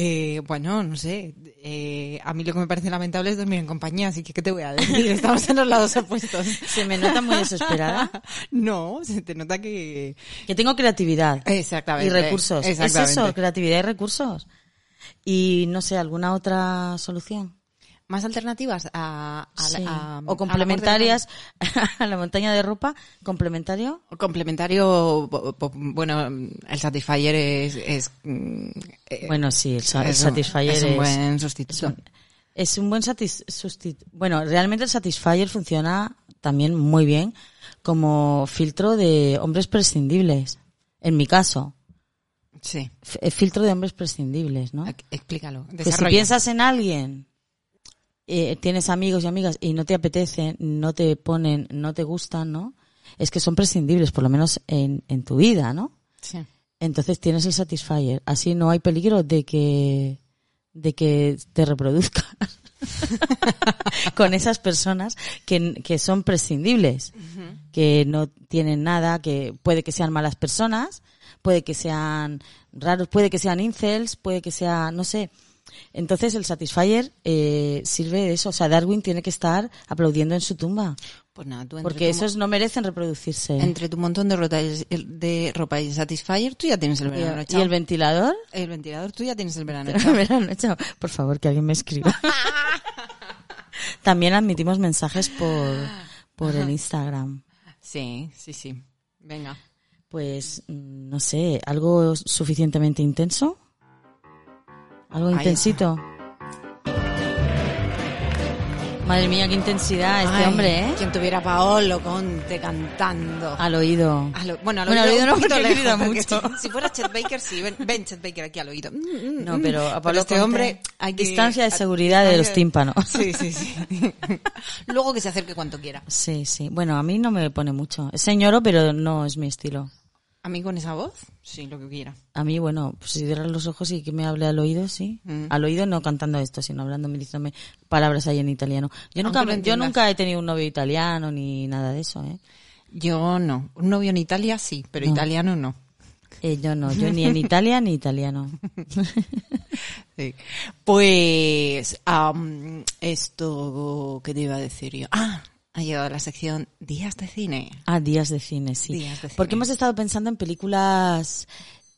Speaker 2: Eh, bueno, no sé. Eh, a mí lo que me parece lamentable es dormir en compañía, así que ¿qué te voy a decir? Estamos en los lados opuestos.
Speaker 1: Se me nota muy desesperada.
Speaker 2: No, se te nota que...
Speaker 1: Que tengo creatividad.
Speaker 2: Exactamente.
Speaker 1: y recursos. Es eso, creatividad y recursos. Y no sé, ¿alguna otra solución?
Speaker 2: Más alternativas a... a-
Speaker 1: Sí.
Speaker 2: a-
Speaker 1: o
Speaker 2: a
Speaker 1: complementarias a la montaña de ropa, complementario.
Speaker 2: la- Complementario, bo- bo- bueno, el Satisfyer es... es, mm, eh,
Speaker 1: Bueno, sí, el, sa- el
Speaker 2: es un-
Speaker 1: Satisfyer
Speaker 2: es
Speaker 1: es,
Speaker 2: un buen sustituto.
Speaker 1: es un buen satis- sustit- Bueno, realmente el Satisfyer funciona también muy bien como filtro de hombres prescindibles. En mi caso,
Speaker 2: Sí,
Speaker 1: F- eh, filtro de hombres prescindibles, ¿no?
Speaker 2: Ex- explícalo.
Speaker 1: Que Pues si
Speaker 2: desarrolla.
Speaker 1: piensas en alguien, eh, tienes amigos y amigas y no te apetecen, no te ponen, no te gustan, ¿no? Es que son prescindibles, por lo menos en, en tu vida, ¿no?
Speaker 2: Sí.
Speaker 1: Entonces tienes el Satisfyer. Así no hay peligro de que, de que te reproduzcas con esas personas que, que son prescindibles, que no tienen nada, que puede que sean malas personas, puede que sean raros, puede que sean incels, puede que sea, no sé. Entonces el Satisfyer eh, sirve de eso. O sea, Darwin tiene que estar aplaudiendo en su tumba,
Speaker 2: Pues nada, tú entre
Speaker 1: porque
Speaker 2: tu-
Speaker 1: esos no merecen reproducirse.
Speaker 2: Entre tu montón de, rota- de ropa y Satisfyer, tú ya tienes el verano
Speaker 1: y
Speaker 2: echado.
Speaker 1: el ventilador.
Speaker 2: El ventilador, tú ya tienes el verano
Speaker 1: Pero
Speaker 2: echado.
Speaker 1: me la han echado. Por favor, que alguien me escriba. También admitimos mensajes por, por el Instagram.
Speaker 2: Sí, sí, sí. Venga.
Speaker 1: Pues, mm, no sé, algo suficientemente intenso. Algo
Speaker 2: Ahí
Speaker 1: intensito. Madre mía, qué intensidad este
Speaker 2: Ay,
Speaker 1: hombre, ¿eh?
Speaker 2: Quien tuviera a Paolo Conte cantando.
Speaker 1: Al oído.
Speaker 2: Al o- bueno, al
Speaker 1: Bueno, al oído
Speaker 2: oído, un
Speaker 1: no,
Speaker 2: poquito
Speaker 1: porque he
Speaker 2: lejos,
Speaker 1: querido
Speaker 2: porque
Speaker 1: mucho.
Speaker 2: Si, si fuera Chet Baker, sí. Ven, ven Chet Baker aquí al oído. Mm, mm,
Speaker 1: No,
Speaker 2: mm.
Speaker 1: pero a Paolo
Speaker 2: este
Speaker 1: Conte,
Speaker 2: hombre... hay que-
Speaker 1: distancia de
Speaker 2: a-
Speaker 1: seguridad de los tímpanos.
Speaker 2: Sí, sí, sí. Luego que se acerque cuanto quiera.
Speaker 1: Sí, sí. Bueno, a mí no me pone mucho. Es señoro, pero no es mi estilo.
Speaker 2: A mí con esa voz, sí, lo que quiera.
Speaker 1: A mí, bueno, pues si cierras los ojos y que me hable al oído, sí.
Speaker 2: Mm.
Speaker 1: Al oído no cantando esto, sino hablando, diciéndome palabras ahí en italiano. Yo nunca,
Speaker 2: Aunque lo
Speaker 1: yo
Speaker 2: entiendas.
Speaker 1: nunca he tenido un novio italiano ni nada de eso, ¿eh?
Speaker 2: Yo no. Un novio en Italia, sí, pero
Speaker 1: No.
Speaker 2: italiano no.
Speaker 1: Eh, Yo no, yo ni en Italia ni italiano.
Speaker 2: Sí. Pues am, esto que te iba a decir yo. Ah, ha llegado la sección días de cine.
Speaker 1: Ah, días de cine, sí.
Speaker 2: Días de
Speaker 1: Porque
Speaker 2: cine.
Speaker 1: hemos estado pensando en películas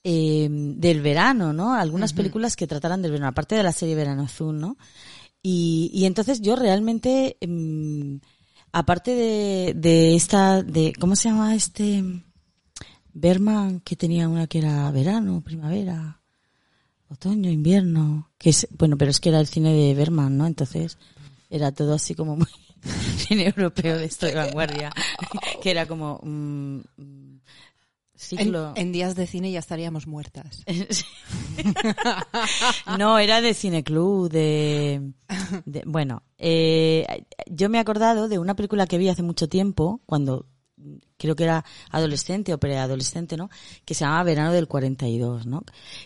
Speaker 1: eh, del verano, ¿no? Algunas películas que trataran del verano, aparte de la serie Verano Azul, ¿no? Y, y entonces yo realmente, mm, aparte de, de esta, de ¿cómo se llama este? Berman, que tenía una que era verano, primavera. Otoño, invierno. Que es, bueno, pero es que era el cine de Berman, ¿no? Entonces era todo así como muy cine europeo de esto de vanguardia. que era como... mm, mm,
Speaker 2: En,
Speaker 1: ciclo...
Speaker 2: en días de cine ya estaríamos muertas.
Speaker 1: Eh. No, era de cineclub, de, de- bueno, eh, yo me he acordado de una película que vi hace mucho tiempo, cuando creo que era adolescente o preadolescente, ¿no? Que se llamaba Verano del 42, ¿no?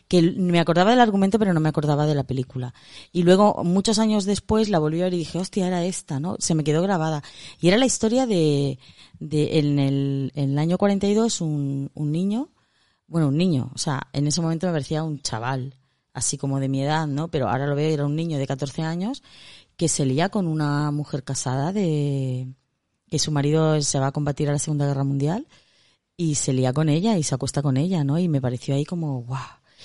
Speaker 1: Que l- me acordaba del argumento, pero no me acordaba de la película. Y luego, muchos años después, la volví a ver y dije, hostia, era esta, ¿no? Se me quedó grabada. Y era la historia de, de en, el, en el año 42, un, un niño, bueno, un niño, o sea, en ese momento me parecía un chaval, así como de mi edad, ¿no? Pero ahora lo veo, y era un niño de 14 años que se lía con una mujer casada de que su marido se va a combatir a la Segunda Guerra Mundial y se lía con ella y se acuesta con ella, ¿no? Y me pareció ahí como, wow.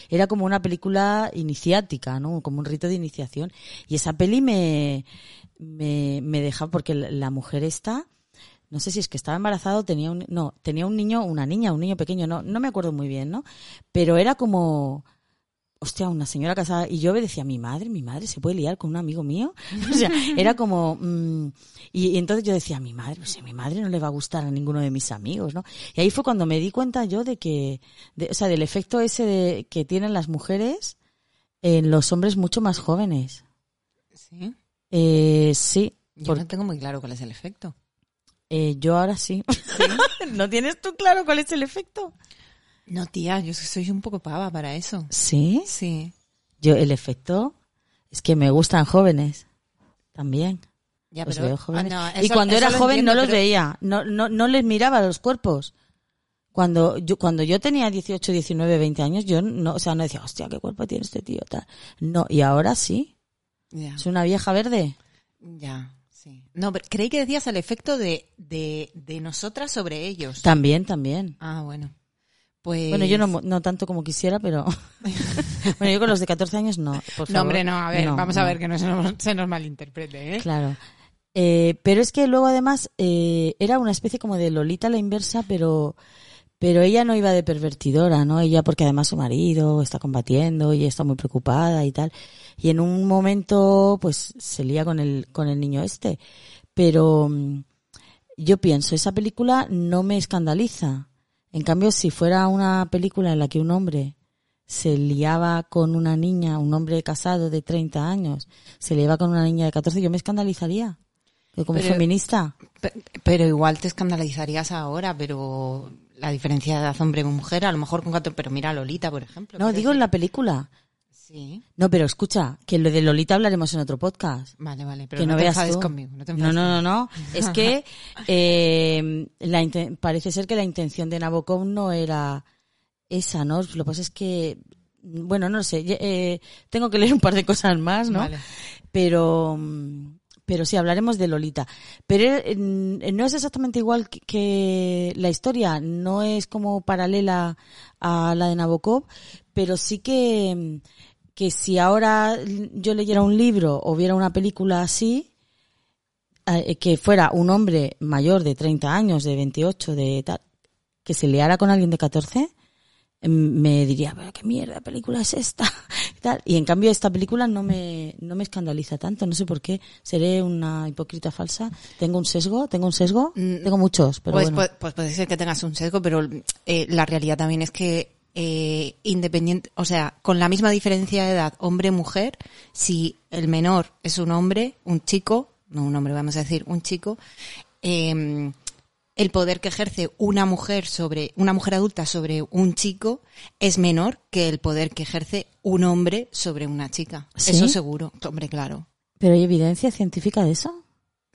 Speaker 1: Era como una película iniciática, ¿no? Como un rito de iniciación. Y esa peli me, me, me deja, porque la la mujer está, no sé si es que estaba embarazado, tenía un, no, tenía un niño, una niña, un niño pequeño, no, no me acuerdo muy bien, ¿no? Pero era como, hostia, una señora casada. Y yo decía, mi madre, mi madre se puede liar con un amigo mío. O sea, era como. mm, y, y entonces yo decía, mi madre, pues a mi madre no le va a gustar a ninguno de mis amigos, ¿no? Y ahí fue cuando me di cuenta yo de que. de- o sea, del efecto ese de- que tienen las mujeres en los hombres mucho más jóvenes.
Speaker 2: Sí.
Speaker 1: Eh, sí.
Speaker 2: Yo
Speaker 1: por-
Speaker 2: no tengo muy claro cuál es el efecto.
Speaker 1: eh, yo ahora sí. ¿No tienes tú claro cuál es el efecto?
Speaker 2: No, tía, yo soy un poco pava para eso.
Speaker 1: Sí.
Speaker 2: Sí.
Speaker 1: Yo, el efecto es que me gustan jóvenes también.
Speaker 2: Ya,
Speaker 1: Los
Speaker 2: pero-
Speaker 1: veo jóvenes.
Speaker 2: Ah, no,
Speaker 1: y
Speaker 2: eso-
Speaker 1: cuando
Speaker 2: eso
Speaker 1: era
Speaker 2: lo
Speaker 1: joven
Speaker 2: entiendo,
Speaker 1: no los
Speaker 2: pero-
Speaker 1: veía, no, no, no les miraba los cuerpos. Cuando yo, cuando yo tenía 18, 19, 20 años, yo no, o sea, no decía, hostia, qué cuerpo tiene este tío, tal. No, y ahora sí.
Speaker 2: Ya,
Speaker 1: Es una vieja verde.
Speaker 2: ya, sí. No, pero creí que decías el efecto de, de, de nosotras sobre ellos.
Speaker 1: También, también.
Speaker 2: Ah, bueno. Pues...
Speaker 1: Bueno, yo no, mu- no tanto como quisiera, pero. bueno, yo con los de 14 años no. por
Speaker 2: No,
Speaker 1: favor.
Speaker 2: hombre, no, a ver, vamos a
Speaker 1: no.
Speaker 2: ver que no se nos, se nos malinterprete, ¿eh?
Speaker 1: Claro. Eh, pero es que luego además eh, era una especie como de Lolita la inversa, pero pero ella no iba de pervertidora, ¿no? Ella porque además su marido está combatiendo y está muy preocupada y tal. Y en un momento pues se lía con el con el niño este, pero mm, yo pienso, esa película no me escandaliza. En cambio, si fuera una película en la que un hombre se liaba con una niña, un hombre casado de 30 años, se liaba con una niña de 14, yo me escandalizaría. Yo como
Speaker 2: Pero-
Speaker 1: feminista.
Speaker 2: Pe- Pero igual te escandalizarías ahora, pero la diferencia de edad hombre y mujer, a lo mejor con gato, pero mira a Lolita, por ejemplo.
Speaker 1: No,
Speaker 2: quiero
Speaker 1: digo en
Speaker 2: decir-
Speaker 1: la película.
Speaker 2: Sí,
Speaker 1: No, pero escucha, que lo de Lolita hablaremos en otro podcast.
Speaker 2: vale, vale, pero
Speaker 1: que
Speaker 2: no,
Speaker 1: no,
Speaker 2: te
Speaker 1: veas
Speaker 2: enfades
Speaker 1: tú.
Speaker 2: conmigo. No, te
Speaker 1: no,
Speaker 2: enfades
Speaker 1: no, no, no. Es que eh, la inten- parece ser que la intención de Nabokov no era esa, ¿no? Lo que pasa es que, bueno, no sé. ye- eh, tengo que leer un par de cosas más, ¿no?
Speaker 2: Vale.
Speaker 1: Pero, mm, pero sí, hablaremos de Lolita. Pero eh, mm, no es exactamente igual que, que la historia, no es como paralela a la de Nabokov, pero sí que, mm, que si ahora yo leyera un libro o viera una película así, eh, que fuera un hombre mayor de 30 años, de 28, de tal, que se liara con alguien de 14, em, me diría, pero qué mierda de película es esta. Y, tal. y en cambio esta película no me, no me escandaliza tanto, no sé por qué. Seré una hipócrita falsa. Tengo un sesgo, tengo un sesgo,
Speaker 2: Mm.
Speaker 1: tengo muchos, pero
Speaker 2: pues,
Speaker 1: bueno.
Speaker 2: pues- pues puede ser que tengas un sesgo, pero eh, la realidad también es que eh, independiente, o sea, con la misma diferencia de edad hombre-mujer, si el menor es un hombre, un chico, no un hombre, vamos a decir, un chico, eh, el poder que ejerce una mujer sobre una mujer adulta sobre un chico es menor que el poder que ejerce un hombre sobre una chica.
Speaker 1: ¿Sí?
Speaker 2: Eso seguro, hombre, claro.
Speaker 1: ¿Pero hay evidencia científica de eso?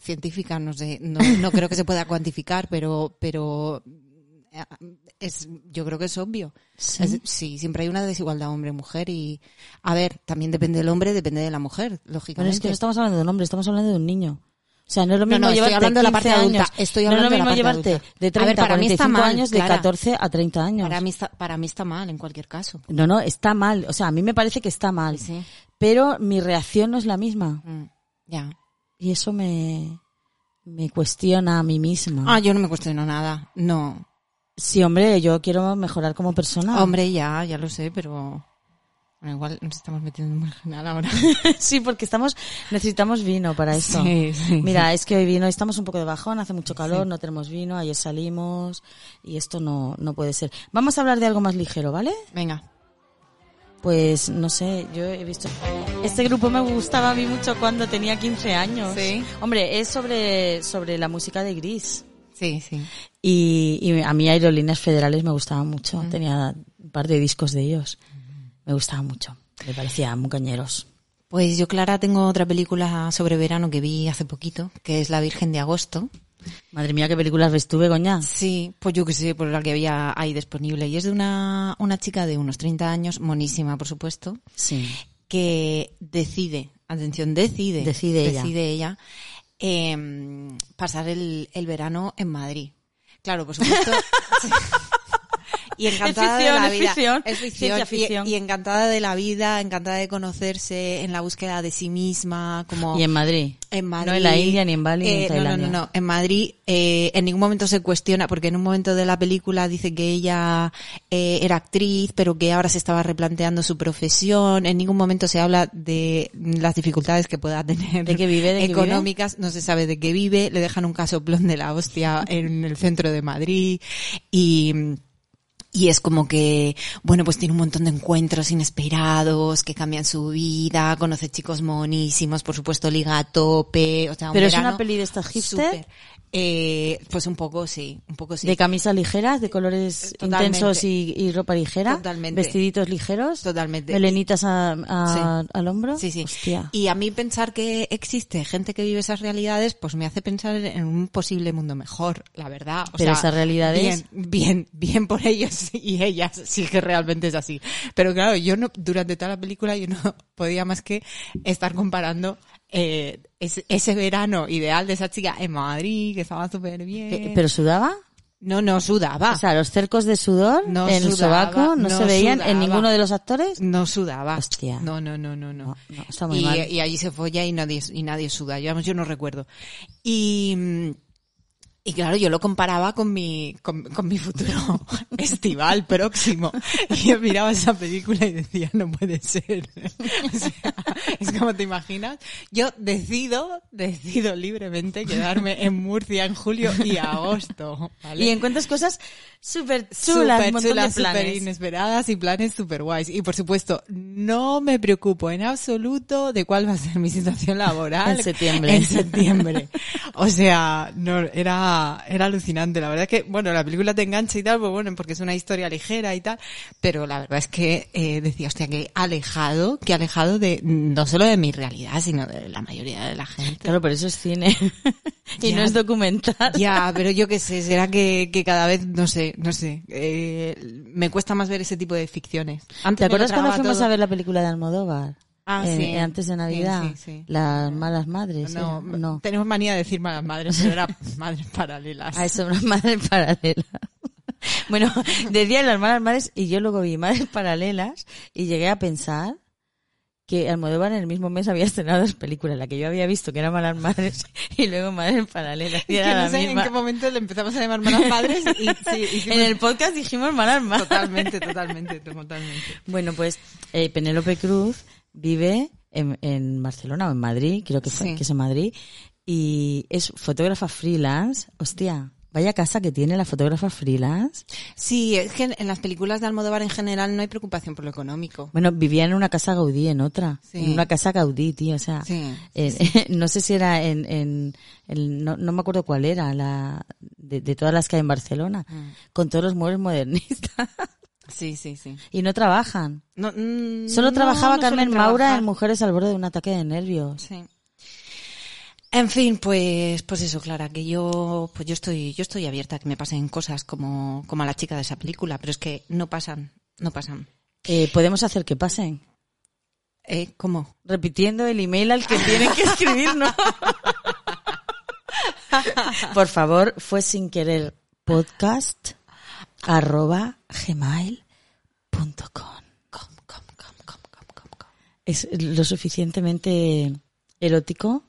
Speaker 2: científica, no sé, no, no creo que se pueda cuantificar, pero, pero eh, es, yo creo que es obvio.
Speaker 1: Sí.
Speaker 2: Es- sí, siempre hay una desigualdad hombre-mujer y, a ver, también depende del hombre, depende de la mujer,
Speaker 1: Pero es que
Speaker 2: lógicamente.
Speaker 1: no estamos hablando de un hombre, estamos hablando de un niño. O sea, no es lo
Speaker 2: No,
Speaker 1: mismo
Speaker 2: no, estoy
Speaker 1: llevarte
Speaker 2: hablando de la parte
Speaker 1: 15
Speaker 2: adulta,
Speaker 1: años.
Speaker 2: estoy
Speaker 1: no es lo
Speaker 2: hablando de la
Speaker 1: mismo
Speaker 2: parte
Speaker 1: llevarte
Speaker 2: adulta.
Speaker 1: de
Speaker 2: A
Speaker 1: 30
Speaker 2: ver, para mí está
Speaker 1: 45
Speaker 2: mal,
Speaker 1: años,
Speaker 2: Clara.
Speaker 1: de 14 a 30 años.
Speaker 2: para, mí está, para mí está mal, en cualquier caso.
Speaker 1: No, no, está mal. O sea, a mí me parece que está mal.
Speaker 2: Sí.
Speaker 1: Pero mi reacción no es la misma.
Speaker 2: Mm, ya.
Speaker 1: Y eso me, me cuestiona a mí misma.
Speaker 2: Ah, yo no me cuestiono nada. No.
Speaker 1: Sí, hombre, yo quiero mejorar como persona.
Speaker 2: Hombre, ya, ya lo sé, pero... Bueno, igual nos estamos metiendo en marginal ahora.
Speaker 1: sí, porque estamos necesitamos vino para esto.
Speaker 2: Sí, sí,
Speaker 1: Mira, es que hoy vino, estamos un poco de bajón, hace mucho calor, no tenemos vino, ayer salimos y esto no, no puede ser. Vamos a hablar de algo más ligero, ¿vale?
Speaker 2: Venga.
Speaker 1: Pues no sé, yo he visto... Este grupo me gustaba a mí mucho cuando tenía 15 años.
Speaker 2: Sí.
Speaker 1: Hombre, es sobre, sobre la música de Gris.
Speaker 2: Sí, sí.
Speaker 1: Y, y a mí Aerolíneas Federales me gustaba mucho. Tenía un par de discos de ellos. Me gustaba mucho. Me parecía muy cañeros.
Speaker 2: Pues yo, Clara, tengo otra película sobre verano que vi hace poquito, que es La Virgen de Agosto.
Speaker 1: Madre mía, qué películas ves tú, Begoña.
Speaker 2: Sí, pues yo que sé, por la que había ahí disponible. Y es de una, una chica de unos 30 años, monísima, por supuesto,
Speaker 1: Sí.
Speaker 2: que decide, atención, decide,
Speaker 1: Decide ella.
Speaker 2: decide ella, em, pasar el, el verano en Madrid. Claro, por supuesto. sí. Y encantada
Speaker 1: ficción,
Speaker 2: de la
Speaker 1: es
Speaker 2: vida.
Speaker 1: ficción,
Speaker 2: Es ficción.
Speaker 1: ciencia
Speaker 2: Y-
Speaker 1: ficción.
Speaker 2: Y, encantada de la vida, encantada de conocerse, en la búsqueda de sí misma, como
Speaker 1: Y en Madrid.
Speaker 2: en Madrid.
Speaker 1: No en la India, ni en Bali, ni en
Speaker 2: Eh, no,
Speaker 1: Tailandia.
Speaker 2: No, no, no. En Madrid eh, en ningún momento se cuestiona, porque en un momento de la película dice que ella eh, era actriz, pero que ahora se estaba replanteando su profesión. En ningún momento se habla de mm, las dificultades que pueda tener.
Speaker 1: ¿De qué vive, de qué vive?
Speaker 2: Económicas, no se sabe de qué vive. Le dejan un casoplón de la hostia en el centro de Madrid. Y... Y es como que, bueno, pues tiene un montón de encuentros inesperados que cambian su vida, conoce chicos monísimos, por supuesto liga a tope, o sea, un
Speaker 1: ¿Pero es una
Speaker 2: verano
Speaker 1: peli de estas hipster?
Speaker 2: súper. Eh, pues un poco sí, un poco sí.
Speaker 1: De camisas ligeras, de colores
Speaker 2: Totalmente.
Speaker 1: intensos y, y ropa ligera.
Speaker 2: Totalmente.
Speaker 1: Vestiditos ligeros.
Speaker 2: Totalmente.
Speaker 1: Melenitas a- a- al hombro.
Speaker 2: Sí, sí.
Speaker 1: Hostia.
Speaker 2: Y a mí pensar que existe gente que vive esas realidades, pues me hace pensar en un posible mundo mejor, la verdad. O
Speaker 1: Pero
Speaker 2: sea,
Speaker 1: esas realidades-
Speaker 2: Bien, bien, bien por ellos y ellas, sí que realmente es así. Pero claro, yo no, durante toda la película yo no podía más que estar comparando eh, ese, ese verano ideal de esa chica en Madrid, que estaba súper
Speaker 1: Eh,
Speaker 2: bien.
Speaker 1: ¿Pero sudaba?
Speaker 2: no, no, sudaba.
Speaker 1: O sea, los cercos de sudor
Speaker 2: Ah. No
Speaker 1: en el
Speaker 2: sudaba,
Speaker 1: sobaco no,
Speaker 2: no
Speaker 1: se veían en
Speaker 2: sudaba.
Speaker 1: ninguno de los actores.
Speaker 2: No sudaba.
Speaker 1: Hostia. Ah.
Speaker 2: No, no, no, no, no.
Speaker 1: No, no, está muy
Speaker 2: y,
Speaker 1: mal.
Speaker 2: y allí se folla y nadie, y nadie suda. Yo, vamos, yo no recuerdo. Y, mm, y claro, yo lo comparaba con mi, con, con mi futuro estival próximo. Y yo miraba esa película y decía, no puede ser. O sea, es como te imaginas. Yo decido, decido libremente quedarme en Murcia en julio y agosto. ¿vale?
Speaker 1: Y encuentras cosas súper chulas,
Speaker 2: Súper
Speaker 1: un montón
Speaker 2: chulas,
Speaker 1: de planes.
Speaker 2: súper inesperadas y planes súper guays. Y por supuesto, no me preocupo en absoluto de cuál va a ser mi situación laboral.
Speaker 1: En septiembre.
Speaker 2: En septiembre. O sea, no, era, era alucinante. La verdad es que, bueno, la película te engancha y tal, pues bueno, porque es una historia ligera y tal. Pero la verdad es que, eh, decía, hostia, que alejado, que alejado de, no solo de mi realidad, sino de la mayoría de la gente.
Speaker 1: Claro, pero eso es cine. y
Speaker 2: Ya.
Speaker 1: no es documental.
Speaker 2: Ya, pero yo qué sé, será que, que cada vez, no sé, no sé, eh, me cuesta más ver ese tipo de ficciones. Antes
Speaker 1: ¿Te
Speaker 2: me lo
Speaker 1: acuerdas cuando
Speaker 2: tragaba
Speaker 1: fuimos
Speaker 2: todo.
Speaker 1: a ver la película de Almodóvar?
Speaker 2: Ah,
Speaker 1: Eh,
Speaker 2: sí.
Speaker 1: eh, Antes de
Speaker 2: Sí,
Speaker 1: Navidad.
Speaker 2: sí, sí.
Speaker 1: Las malas madres.
Speaker 2: No,
Speaker 1: era, no.
Speaker 2: tenemos manía de decir malas madres, pero eran madres paralelas.
Speaker 1: Ah, eso, una madre paralela. bueno, decía las malas madres y yo luego vi madres paralelas y llegué a pensar que Almodóvar en el mismo mes había estrenado dos películas, la que yo había visto que era Malas Madres y luego Madres Paralelas. y
Speaker 2: Es
Speaker 1: era
Speaker 2: que no
Speaker 1: la
Speaker 2: sé en
Speaker 1: misma.
Speaker 2: qué momento le empezamos a llamar malas madres y sí, hicimos-
Speaker 1: En el podcast dijimos Malas Madres.
Speaker 2: Totalmente, totalmente, totalmente.
Speaker 1: Bueno, pues eh, Penélope Cruz vive en, en Barcelona o en Madrid, creo que, fue,
Speaker 2: Sí.
Speaker 1: que es en Madrid, y es fotógrafa freelance. Hostia, vaya casa que tiene la fotógrafa freelance.
Speaker 2: Sí, es que en en las películas de Almodóvar en general no hay preocupación por lo económico.
Speaker 1: Bueno, vivía en una casa Gaudí, en otra.
Speaker 2: Sí.
Speaker 1: En una casa Gaudí, tío, o sea.
Speaker 2: Sí, sí,
Speaker 1: eh, no sé si era en, en, en- no, no me acuerdo cuál era, la, de, de todas las que hay en Barcelona,
Speaker 2: Ah. Mm.
Speaker 1: con todos los muebles modernistas.
Speaker 2: Sí, sí, sí.
Speaker 1: y no trabajan.
Speaker 2: No, mm,
Speaker 1: Solo
Speaker 2: no,
Speaker 1: trabajaba
Speaker 2: no
Speaker 1: Carmen
Speaker 2: suelen
Speaker 1: Maura
Speaker 2: trabajar.
Speaker 1: en Mujeres al borde de un ataque de nervios.
Speaker 2: Sí. En fin, pues, pues eso, Clara, que yo, pues yo estoy, yo estoy abierta a que me pasen cosas como, como a la chica de esa película, pero es que no pasan, no pasan.
Speaker 1: Eh, Podemos hacer que pasen.
Speaker 2: ¿Eh? ¿Cómo?
Speaker 1: repitiendo el email al que tienen que escribirnos. Por favor, fue sin querer podcast arroba gmail.com. Es lo suficientemente erótico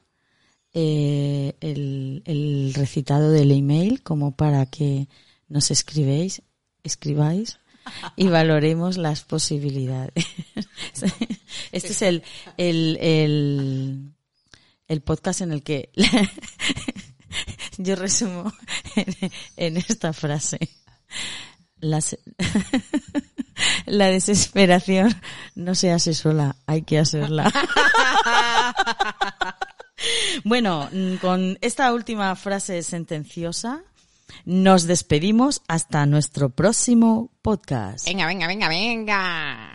Speaker 1: eh, el, el recitado del email como para que nos escribéis, escribáis y valoremos las posibilidades. este es el, el, el, el podcast en el que yo resumo en, en esta frase. Las- la desesperación no se hace sola, hay que hacerla. Bueno, mm, con esta última frase sentenciosa, nos despedimos hasta nuestro próximo podcast.
Speaker 2: Venga, venga, venga, venga.